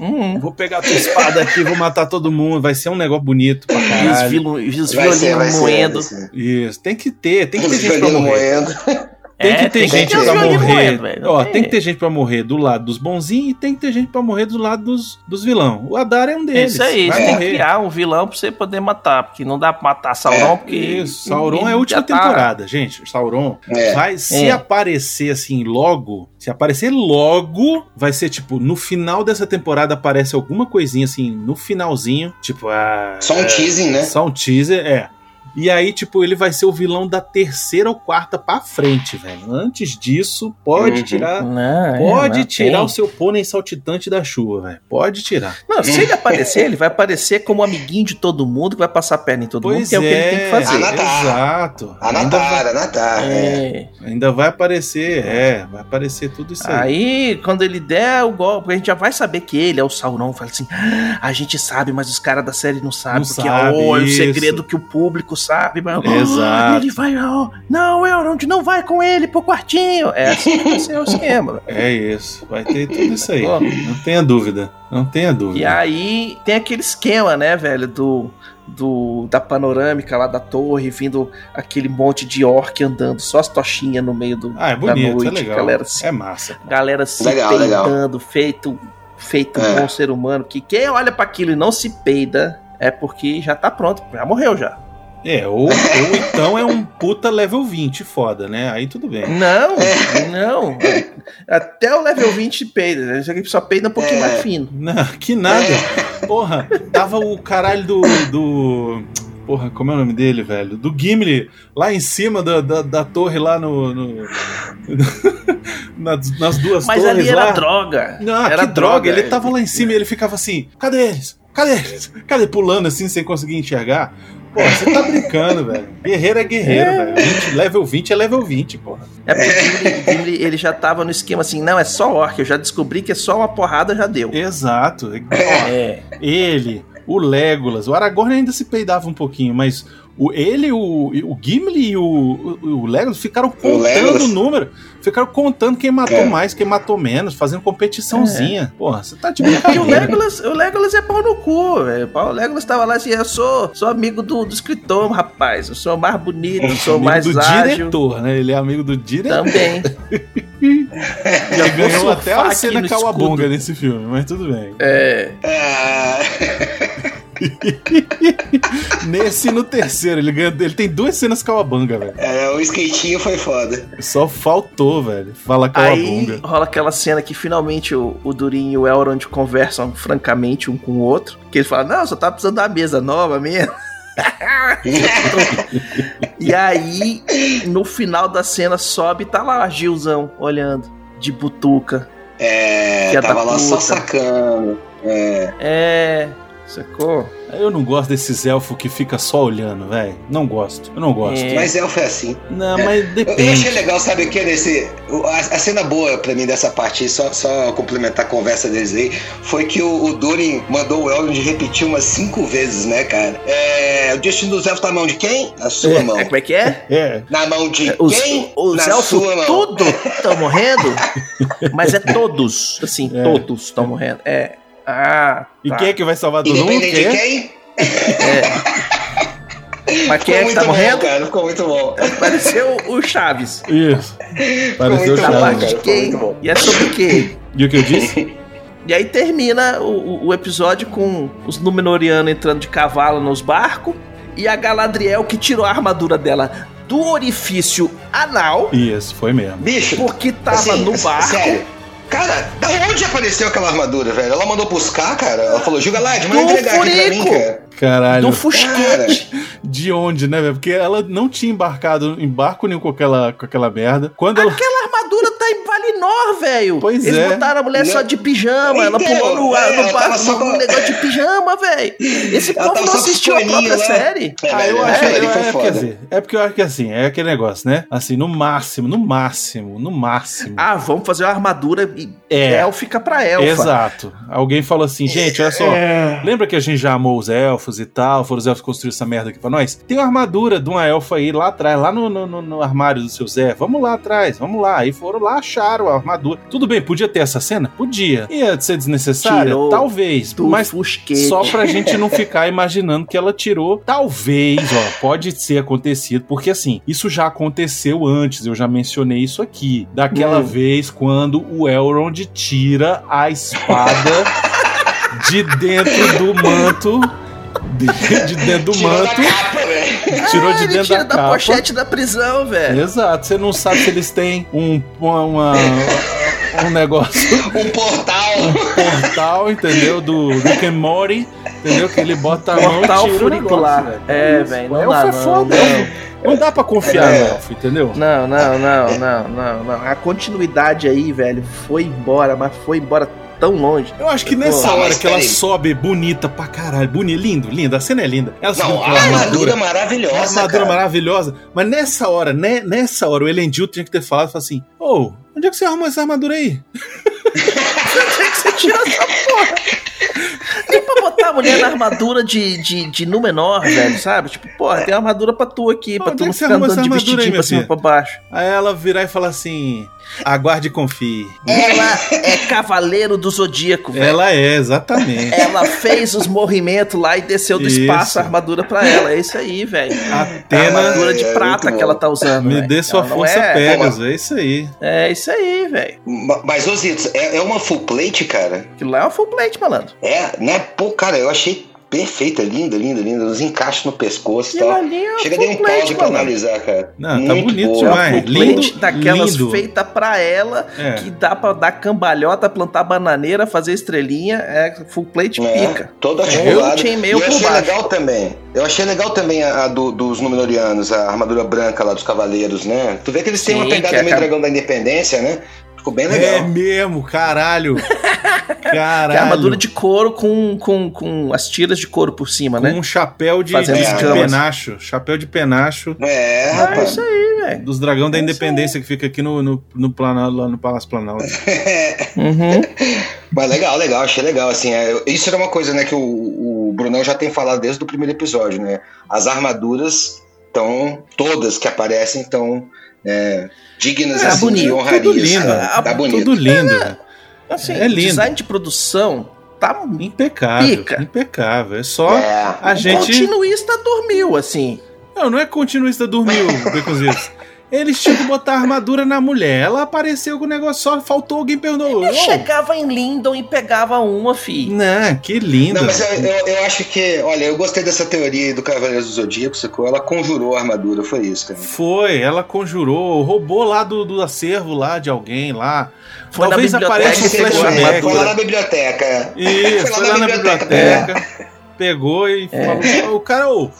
Hum,
Uhum.
vou pegar a tua espada aqui, vou matar todo mundo. Vai ser um negócio bonito pra
E os
caralho.
vilu- e os
Vai ser, vai
violinos
ser,
moendo.
vai ser.
Isso, tem que ter, tem que ter
Os
gente pra
violinos
morrer.
moendo.
Tem que
É,
ter
tem que
gente
ter os
pra
violinos
morrer.
moendo, velho, não
Ó,
tem
tem que ter gente pra morrer do lado dos bonzinhos e tem que ter gente pra morrer do lado dos, dos vilão. O Adar é um
É
deles.
isso aí,
vai
você tem que
morrer.
criar um vilão pra você poder matar, porque não dá pra matar Sauron,
É,
porque.
Isso, Sauron é a
já
última
tá-
temporada, gente. Sauron
É.
vai se
É.
aparecer assim logo, se aparecer logo, vai ser tipo no final dessa temporada aparece alguma coisinha assim no finalzinho, tipo ah,
Só um teasing, né?
só um teaser, é. E aí, tipo, ele vai ser o vilão da terceira ou quarta pra frente, velho. Antes disso, pode
Uhum.
tirar,
Não, é,
pode
não
tirar
tem.
o seu pônei saltitante da chuva, velho. Pode tirar.
Não, se
(laughs)
ele aparecer, ele vai aparecer como amiguinho de todo mundo, que vai passar a perna em todo mundo, que é, o que ele tem que
Ah,
fazer.
na- Anatar.
Exato.
A
Ainda vai-
Natar, a Natar. É.
É.
Ainda vai aparecer, é, vai aparecer tudo isso aí.
Aí, quando ele der o golpe, a gente já vai saber que ele é o Sauron. Fala assim: "Ah, a gente sabe, mas os caras da série não sabem.
Não
porque
sabe,
ó, é o
isso.
segredo que o público sabe. Mas, ó,
Exato.
ele vai, ó, não, Elrond, não vai com ele pro quartinho. É assim que vai ser o
(laughs)
esquema.
É isso, vai ter tudo isso aí.
Ó.
Não tenha dúvida, não tenha
E
dúvida.
aí tem aquele esquema, né, velho, do, do da panorâmica lá da torre, vindo aquele monte de orc andando, só as tochinhas no meio do,
Ah, é
da
bonito,
noite,
é legal.
galera se
É massa.
galera se
Legal,
peidando, feito feito um
É.
bom ser humano, que quem olha pra aquilo e não se peida é porque já tá pronto, já morreu já.
É, ou, ou então é um puta level 20 foda, né? Aí tudo bem.
Não,
É.
não. Até o level 20 peida, isso aqui só peida um pouquinho
É.
mais fino.
Não, que nada.
É. (laughs)
Porra, tava o caralho do. do. Porra, como é o nome dele, velho? Do Gimli, lá em cima da, da, da torre, lá no. no- (laughs) nas, nas duas
Mas
torres.
ali era
lá.
droga. é.
Não,
era
que droga. Ele tava lá em cima e ele ficava assim: cadê eles? Cadê eles? Cadê? Pulando assim, sem conseguir enxergar. Pô, você tá brincando, velho. Guerreiro é guerreiro, velho. 20, level 20 é level 20, porra.
É porque o Gimli, ele já tava no esquema assim, não, é só orc, eu já descobri que é só uma porrada, já deu.
Exato.
É.
Ele, o Legolas, o Aragorn ainda se peidava um pouquinho, mas o, ele, o, o Gimli e o, o, o Legolas ficaram contando
Legolas.
o número. Ficaram contando quem matou
É.
mais, quem matou menos, fazendo competiçãozinha. Porra, você tá de
E É. (laughs) o
brincadeira.
Legolas, o Legolas é pau no cu, velho. O Legolas tava lá assim, eu sou, sou amigo do, do escritor, rapaz. Eu sou mais bonito,
(laughs)
eu sou
Amigo
mais
do
ágil.
diretor, né? Ele é amigo do diretor.
Também.
Já
vou
ganhou até
surfar
a
aqui
cena
no
cauabonga
escudo.
nesse filme, mas tudo bem.
(laughs) É.
Ah,
Nesse e no terceiro, ele, ganha, ele tem duas cenas cauabanga, velho.
é, o skatinho
(laughs)
foi foda.
Só faltou, velho, fala
Aí
cauabonga.
rola aquela cena que finalmente o, o Durin e o Elrond conversam francamente um com o outro. Que eles falam, não, só tá precisando da mesa nova mesmo. e aí, no final da cena, sobe e tá lá Gilzão olhando, de butuca.
É,
Filha
tava
da
lá só
puta.
sacando. É,
É. Sacou?
Eu não gosto desses elfos que fica só olhando, velho. Não gosto, eu não gosto.
É.
Mas elfo é assim.
Não, mas
Eu, eu achei
depende.
legal, sabe o que? é Nesse, o- a, a cena boa pra mim dessa parte, aí, só, só complementar a conversa deles aí, foi que o, o Durin mandou o Elrond repetir umas cinco vezes, né, cara? É, o destino dos elfos tá na mão de quem? Na sua mão.
É, como é que é?
É,
Na mão de
Os,
quem?
os
na
elfos
sua mão.
tudo estão
(laughs)
morrendo, mas é todos. Assim,
É.
todos estão morrendo. É. Ah,
e
tá.
quem é que vai salvar todo mundo?
Independente de
é?
Quem? é?
quem? (laughs)
Mas quem
Ficou
é que
muito
tá
bom,
morrendo?
cara. Ficou muito bom.
Pareceu o Chaves.
(laughs)
Isso.
muito
Pareceu
Da
bom, Chaves,
parte
chato.
cara,
de
foi
quem?
muito bom.
E é sobre o quê?
E o que eu disse?
E aí termina o, o- o episódio com os Númenóreanos entrando de cavalo nos barcos e a Galadriel que tirou a armadura dela do orifício anal,
Isso, foi mesmo.
Bicho,
porque tava
assim,
no
s-
barco.
Sério. Cara, da onde apareceu aquela armadura, velho? Ela mandou buscar, cara. Ela falou, Juga lá, manda
Do
entregar aqui pra mim,
furico.
cara.
Caralho.
Do fusquete.
De onde, né, velho? Porque ela não tinha embarcado em barco nenhum com aquela, com aquela merda. Quando ela.
Aquela armadura tá em Valinor, velho.
Pois
Eles
é.
botaram a mulher
Não.
só de pijama. Ela
Então,
pulou no,
é,
ar no
ela tava
barco
só
só...
com-
um negócio de pijama, velho. Esse
Ela
povo não
tava só com os
assistiu a própria
paninhos lá.
série.
É,
Ah,
velho,
eu
é,
acho,
velho,
eu,
foi
é,
foda.
quer dizer, é porque eu acho que assim, é aquele negócio, né? Assim, no máximo, no máximo, no máximo.
Ah, vamos fazer uma armadura e
é,
élfica pra elfa.
exato. Alguém falou assim, gente, olha só,
É.
lembra que a gente já amou os elfos e tal, foram os elfos que construíram essa merda aqui pra nós? Tem uma armadura de uma elfa aí lá atrás, lá no, no- no- no armário do seu Zé, vamos lá atrás, vamos lá. Aí foram lá, acharam a aquela armadura. Tudo bem, podia ter essa cena? Podia. Ia ser desnecessária?
Tirou
Talvez.
Do
Mas
Fusquete. (laughs)
só pra gente não ficar imaginando que ela tirou. Talvez, ó, pode ser acontecido, porque assim, isso já aconteceu antes, eu já mencionei isso aqui. Daquela
Hum.
vez quando o Elrond tira a espada de dentro do manto. De, de dentro do
Tirou da
manto.
capa, velho.
Tirou de
ele
dentro
tira
da, capa.
pochete da prisão, velho.
Exato, você não sabe se eles têm um, uma- uma- um negócio
Um portal.
portal, entendeu? Do Rick and Morty, entendeu? Que ele bota a mão
Portal
e tira o negócio,
funicular.
velho.
É,
isso.
velho,
O
não
elfo
dá,
é
não,
foda.
não.
elfo. Não dá pra confiar
É.
no elfo, entendeu?
Não, não, não, não, não, não. A continuidade aí, velho, foi embora, mas foi embora tão longe. (laughs)
Eu acho que
Pô,
nessa
mas
hora que ela
peraí.
sobe bonita pra caralho, bonita, lindo, linda, a cena é linda. Ela subindo
Não, a
aquela
armadura
uma
maravilhosa.
armadura
cara.
maravilhosa. Mas nessa hora, né, nessa hora, o Elendil tinha que ter falado falou assim: Ô, onde é que você arrumou essa armadura aí?
Você tirou essa porra. Nem pra botar a mulher na armadura de, de, de Númenor, velho, sabe? Tipo, porra, tem armadura pra tu aqui,
Pô,
pra
onde
tu
é
não
que você
ficar
arrumou
andando de
essa armadura aí,
vestidinho pra
meu
cima e
filho?
pra baixo.
Aí ela virar e falar assim: aguarde e confie.
Ela é cavaleiro do zodíaco, velho.
Ela é, exatamente.
Ela fez os movimentos lá e desceu do espaço
Isso.
a armadura pra ela. É isso aí, velho. A
Atena.
armadura de
É, é
prata
muito
que ela
bom.
tá usando.
Me
velho.
dê sua
Ela não
força,
é...
Pegasus. É isso aí.
É isso aí, velho.
Ma- Mas, ô Zito, é, é uma full plate, cara?
Aquilo lá é um full plate, malandro.
É, né? Pô, cara, eu achei perfeita, linda, linda, linda. Os encaixes no pescoço e
Aquilo
tal.
ali é um
Chega, dei
full
um pause
plate,
pra
malandro.
analisar, cara.
Não, tá
Muito
bonito
É
boa.
uma
demais.
full
Lindo,
plate daquelas
lindo.
feita pra ela,
É.
que dá pra dar cambalhota, plantar bananeira, fazer estrelinha. É full plate
É,
pica.
toda
É, eu
articulada.
tinha
E
meio
eu
por
achei
baixo.
legal também. Eu achei legal também a, a do- dos Númenóreanos, a armadura branca lá dos cavaleiros, né? Tu vê que eles têm
Sim,
uma
que
pegada
é
meio
cab-
dragão da independência, né? Ficou bem
É
legal.
mesmo,
(laughs)
caralho.
Que
Caralho.
é armadura de couro com, com, com as tiras de couro por cima,
Com
né?
um chapéu de,
Fazendo
de
escamas.
penacho. Chapéu de penacho
É,
É
rapaz.
isso aí, velho.
dos dragão da
É isso
independência que fica aqui no, no, no, Planalto, lá no Palácio Planalto.
Uhum.
Mas legal, legal, achei legal. Assim, é, eu- isso era uma coisa né, que o, o Brunão já tem falado desde o primeiro episódio, né? As armaduras estão, todas que aparecem, estão é, dignas
Tá
assim, de
bonito,
honrarias.
tudo lindo.
cara. Tá bonito.
Tudo lindo. velho.
Assim,
É lindo.
design de produção tá
Impecável.
Pica.
Impecável. É só.
É.
A gente.
O continuista dormiu, assim.
Não, não é continuista
(laughs)
dormiu, Beconzitos. Eles tinham que botar a armadura na mulher. Ela apareceu com o negócio só, faltou alguém perdoou.
Eu chegava em Lindon e pegava uma, fi.
Não, que lindo.
Não,
é,
mas eu, eu, eu acho que, olha, eu gostei dessa teoria aí do Cavaleiro do Zodíaco, sacou? Ela conjurou a armadura, foi isso, cara.
Foi, ela conjurou, roubou lá do, do acervo lá de alguém lá.
Foi na
Talvez
biblioteca
apareça um
e pegou a
flashback.
né? Foi lá na
armadura.
biblioteca.
Isso, foi lá na biblioteca, É. pegou e
É.
falou. O cara, ô,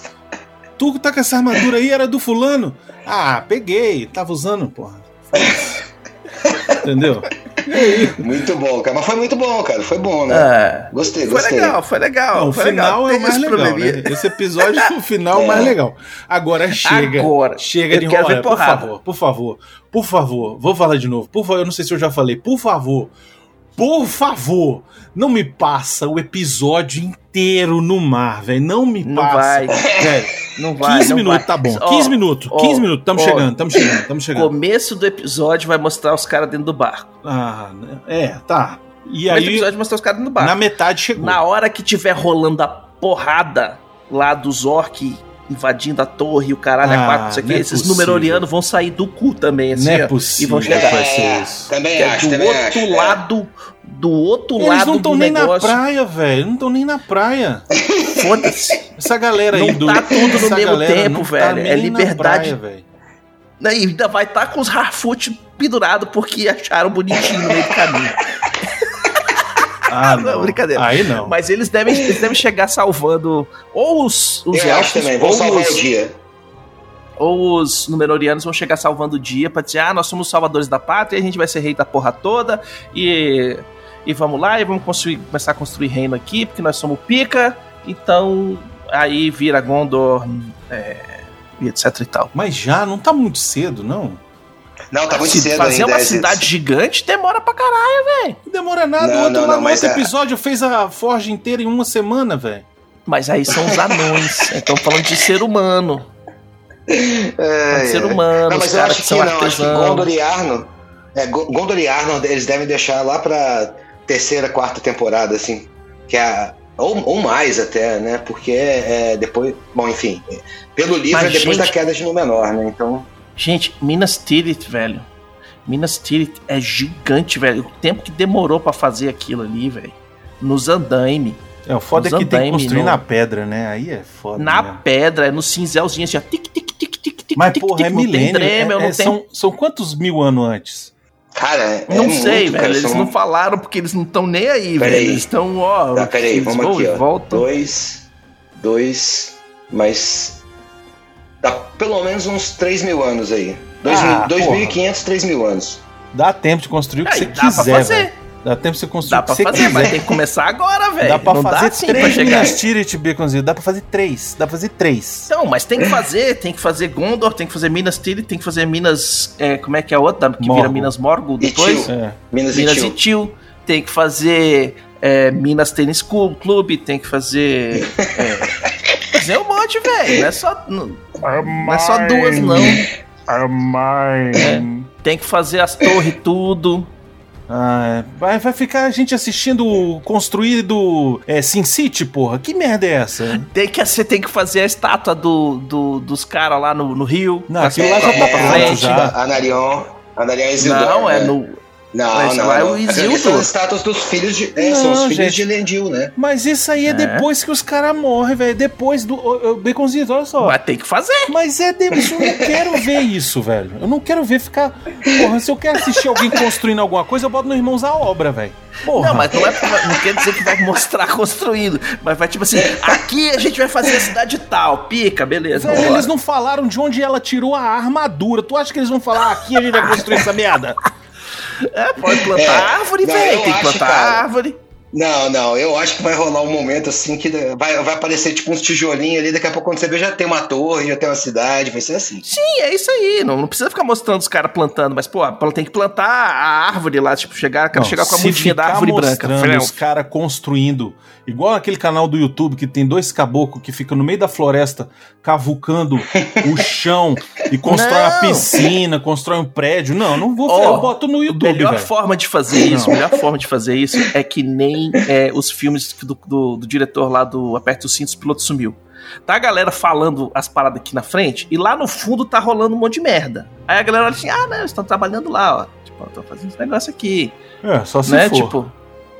tu tá com essa armadura aí, era do fulano? Ah, peguei, tava usando, porra. Entendeu?
Muito bom, cara. Mas foi muito bom, cara. Foi bom, né?
Ah,
Gostei,
foi
gostei.
legal, foi legal.
Não, o
foi
final
legal.
é
Tem
o mais
esse
legal, né?
probleminha.
Esse episódio, o final é o mais legal.
(laughs)
Agora chega.
Agora.
Chega
Eu
de
quero
enrolar,
ver
por
porrada.
favor, por favor, por favor, vou falar de novo, por favor, eu não sei se eu já falei, por favor, por favor, não me passa o episódio inteiro no mar, velho, não me
Não
passa.
vai,
Velho,
não vai.
15
não
minutos,
vai.
tá bom,
Ó,
15 minutos,
ó,
15 minutos, tamo
ó.
chegando, tamo chegando, tamo chegando.
Começo do episódio vai mostrar os caras dentro do barco.
Ah, né? é, tá, e
Começo do
aí
episódio mostrar os caras dentro do
na
barco.
metade chegou.
Na hora que tiver rolando a porrada lá dos orc invadindo a torre, o caralho,
Ah,
a quatro, não sei o que,
não é
esses
possível.
numerolianos vão sair do cu também, assim,
não é
ó. e
possível
vão
que
chegar.
vai ser
É,
isso.
também
Que é
acho,
do
também
outro
acho. é.
lado, do outro
Eles
lado
não
do
estão nem na
negócio.
praia, velho. Não estão nem na praia.
Foda-se. (laughs)
Essa galera aí
Não
do.
tá tudo no
essa
mesmo
galera
tempo,
não tá
velho.
nem
É
na
liberdade
praia, velho.
Né, E ainda vai estar com os Harfoot pendurado porque acharam bonitinho no meio do caminho. (laughs)
Ah,
Não, brincadeira.
Aí
(laughs)
não.
Mas eles devem, eles devem chegar salvando ou os, os
Eu acho
elfos
também, vamos
ou
salvar o
os,
dia.
ou os Númenóreanos vão chegar salvando o dia pra dizer: ah, nós somos salvadores da pátria, a gente vai ser rei da porra toda e, e vamos lá e vamos construir- começar a construir reino aqui porque nós somos pica. Então aí vira Gondor é, e etc e tal.
Mas já não tá muito cedo, não.
Não, tá muito
Se
cedo
fazer
ainda.
uma
é, Zito.
cidade gigante demora pra caralho.
Não demora nada.
Não,
o outro,
não,
lá no
não,
outro
mas é- a-
episódio fez a forja inteira em uma semana, velho.
Mas aí são os
(laughs)
anões. Então falando de ser humano.
É,
Falando de ser
é.
humano,
Não,
os
mas eu
caras
acho
que
que
são
não. Acho que
artesãos.
Gondor e Arno É, Gondor e Arnold, eles devem deixar lá pra terceira, quarta temporada, assim. Que é a, ou, ou mais até, né? Porque é, depois. Bom, enfim. Pelo livro
Mas,
é depois
gente-
da queda de Númenor, né? Então.
Gente, Minas Tirith, velho. Minas Tirith é gigante, velho. O tempo que demorou pra fazer aquilo ali, velho. Nos andaime,
É, o foda
Os
é que tem
andaime
que construir
no-
na pedra, né? Aí é foda.
na
né?
pedra, é no cinzelzinho, assim, ó. Tic, tic, tic, tic, tic,
Mas,
tic,
porra,
tic,
é
não tem
milênio.
Dremel,
é-
não
é-
tem- um-
são, são quantos mil anos antes?
Cara, é
Não
muito,
sei,
cara,
velho. Eles
são-
não falaram porque eles não estão nem aí,
Pera
velho.
aí.
Eles estão, ó.
Tá, pera aí,
eles
vamos
vão
aqui,
e
ó.
voltam.
Dois. Dois. Mas. Dá pelo menos uns 3 mil anos aí. Dois
Ah,
mil- dois
porra.
mil e 2.500, 3 mil anos.
Dá tempo de construir o que
Aí,
você
dá pra
quiser,
fazer.
velho. Dá tempo de você construir
Dá
o que
pra
você
fazer,
quiser.
mas tem que começar agora, velho.
Dá pra
Não
fazer
assim pra
três
chegar.
Minas Tirith, Baconzinho. Dá pra fazer três. Dá pra fazer três.
Então, mas tem que fazer, tem que fazer Gondor, tem que fazer Minas Tirith, tem que fazer Minas. é, como é que é a outra? Que vira
Morgul.
Minas Morgul
E
depois?
Tio.
É.
Minas,
Minas
e Tio.
Itil, tem que fazer é, Minas Tênis Club, Clube, tem que fazer. É, fazer um monte, velho. Não é só. Não, não é só duas, não. É, tem que fazer as torres tudo.
Ah, é. vai, vai ficar a gente assistindo o construído é, Sin City, porra. Que merda é essa?
Tem que, você tem que fazer a estátua do, do- dos caras lá no, no rio.
Não,
com
aquilo
as
lá já
pernas
tá
pra
pronto
frente.
já.
É, Anarion. Anarion e Isildur.
Não, é
né?
no.
Não,
mas
não,
lá é
não.
o
Aqueles
Isildur.
São as estátuas dos filhos de. É, são
Não,
os filhos
gente.
de Elendil, né?
Mas isso aí é,
É.
depois que os caras morrem, velho. Depois do. Ô, ô, Baconzinho, olha só.
Mas tem que fazer.
Mas é Deus, eu não quero ver isso, velho. Eu não quero ver ficar. Porra, se eu quero assistir alguém construindo alguma coisa, eu boto no Irmãos à Obra, velho. Porra.
Não, mas não, é, não quer dizer que vai mostrar (laughs) construído. Mas vai tipo assim: aqui a gente vai fazer a cidade tal. Pica, beleza.
Velho,
vambora.
eles não falaram de onde ela tirou a armadura. Tu acha que eles vão falar "Ah, aqui a gente vai construir essa merda?
É, pode plantar
É.
árvore,
Não,
velho.
eu
Tem que
acho,
plantar
cara.
árvore.
Não, não. Eu acho que vai rolar um momento assim que vai, vai aparecer tipo uns tijolinhos ali. Daqui a pouco, quando você vê, já tem uma torre, já tem uma cidade. Vai ser assim.
Sim, é isso aí. Não, não precisa ficar mostrando os caras plantando, mas, pô, tem que plantar a árvore lá, tipo, chegar, quero chegar com a
se
mudinha da
ficar
árvore branca.
mostrando
Freu.
Os caras construindo. Igual aquele canal do YouTube que tem dois caboclos que ficam no meio da floresta
(laughs)
cavucando o chão e constrói uma
Não.
piscina, constrói um prédio. Não, não vou.
Ó,
eu boto no
A
YouTube,
melhor
velho.
forma de fazer isso, a melhor forma de fazer isso é que nem é, os filmes do, do- do diretor lá do Aperta os Cintos, o Piloto Sumiu. Tá a galera falando as paradas aqui na frente e lá no fundo tá rolando um monte de merda. Aí a galera olha assim, ah, não, eles estão trabalhando lá, ó. Tipo, estão fazendo esse negócio aqui.
É, só se
né?
for.
Tipo.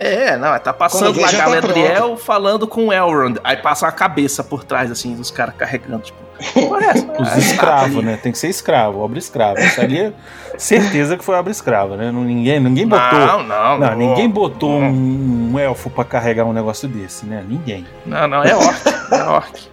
É, não, tá
Quando
passando
vê,
lá
já tá
Galadriel falando com o Elrond. Aí passa uma cabeça por trás, assim, dos caras carregando, tipo. é (laughs)
Os escravos, né? Tem que ser escravo, obra escrava. Isso ali é certeza que foi obra escrava, né? Não- Ninguém, ninguém botou. Não,
Não, não,
ninguém botou um, um elfo pra carregar um negócio desse, né? Ninguém.
Não, não, é orc. É orc.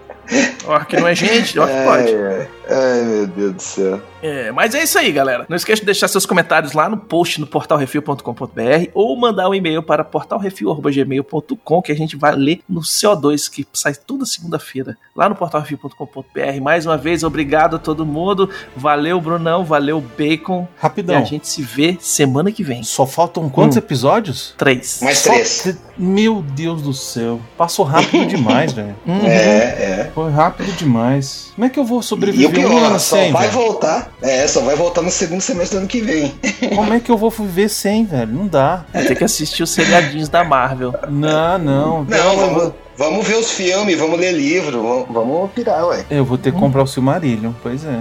Orc não é gente, orc
Ai,
pode.
ai. Ai, é, meu Deus do céu.
É, mas é isso aí, galera. Não esqueça de deixar seus comentários lá no post no portalrefil.com.br ou mandar um e-mail para portalrefil.gmail.com que a gente vai ler no CO2, que sai toda segunda-feira lá no portalrefil.com.br. Mais uma vez, obrigado a todo mundo. Valeu, Brunão. Valeu, Bacon. E
Rapidão.
a gente se vê semana que vem.
Só faltam quantos
Hum.
episódios?
Três.
Mais
Só
três.
te- Meu Deus do céu. Passou rápido
(laughs)
demais, velho. Hum,
Uhum.
É, é.
Foi rápido demais. Como é que eu vou
E o
sobreviver um
pior,
ano
só
sem,
vai
velho?
voltar. É, só vai voltar no segundo semestre do ano que vem.
Como é que eu vou viver sem, velho? Não dá.
Vai ter que assistir os seriadinhos da Marvel.
Não, não.
Não, vamos, vamos ver os filmes, vamos ler livro, vamos, vamos pirar, ué.
Eu vou ter que comprar o Silmarillion, pois é.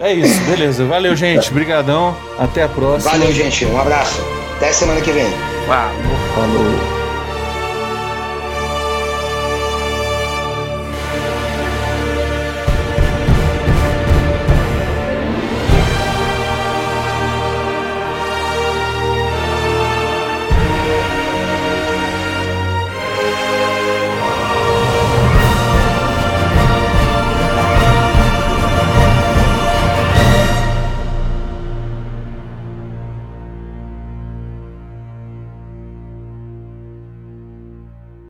É isso, beleza. Valeu, gente. Obrigadão. Até a próxima.
Valeu, gente. Um abraço. Até semana que vem.
Falou.
Falou.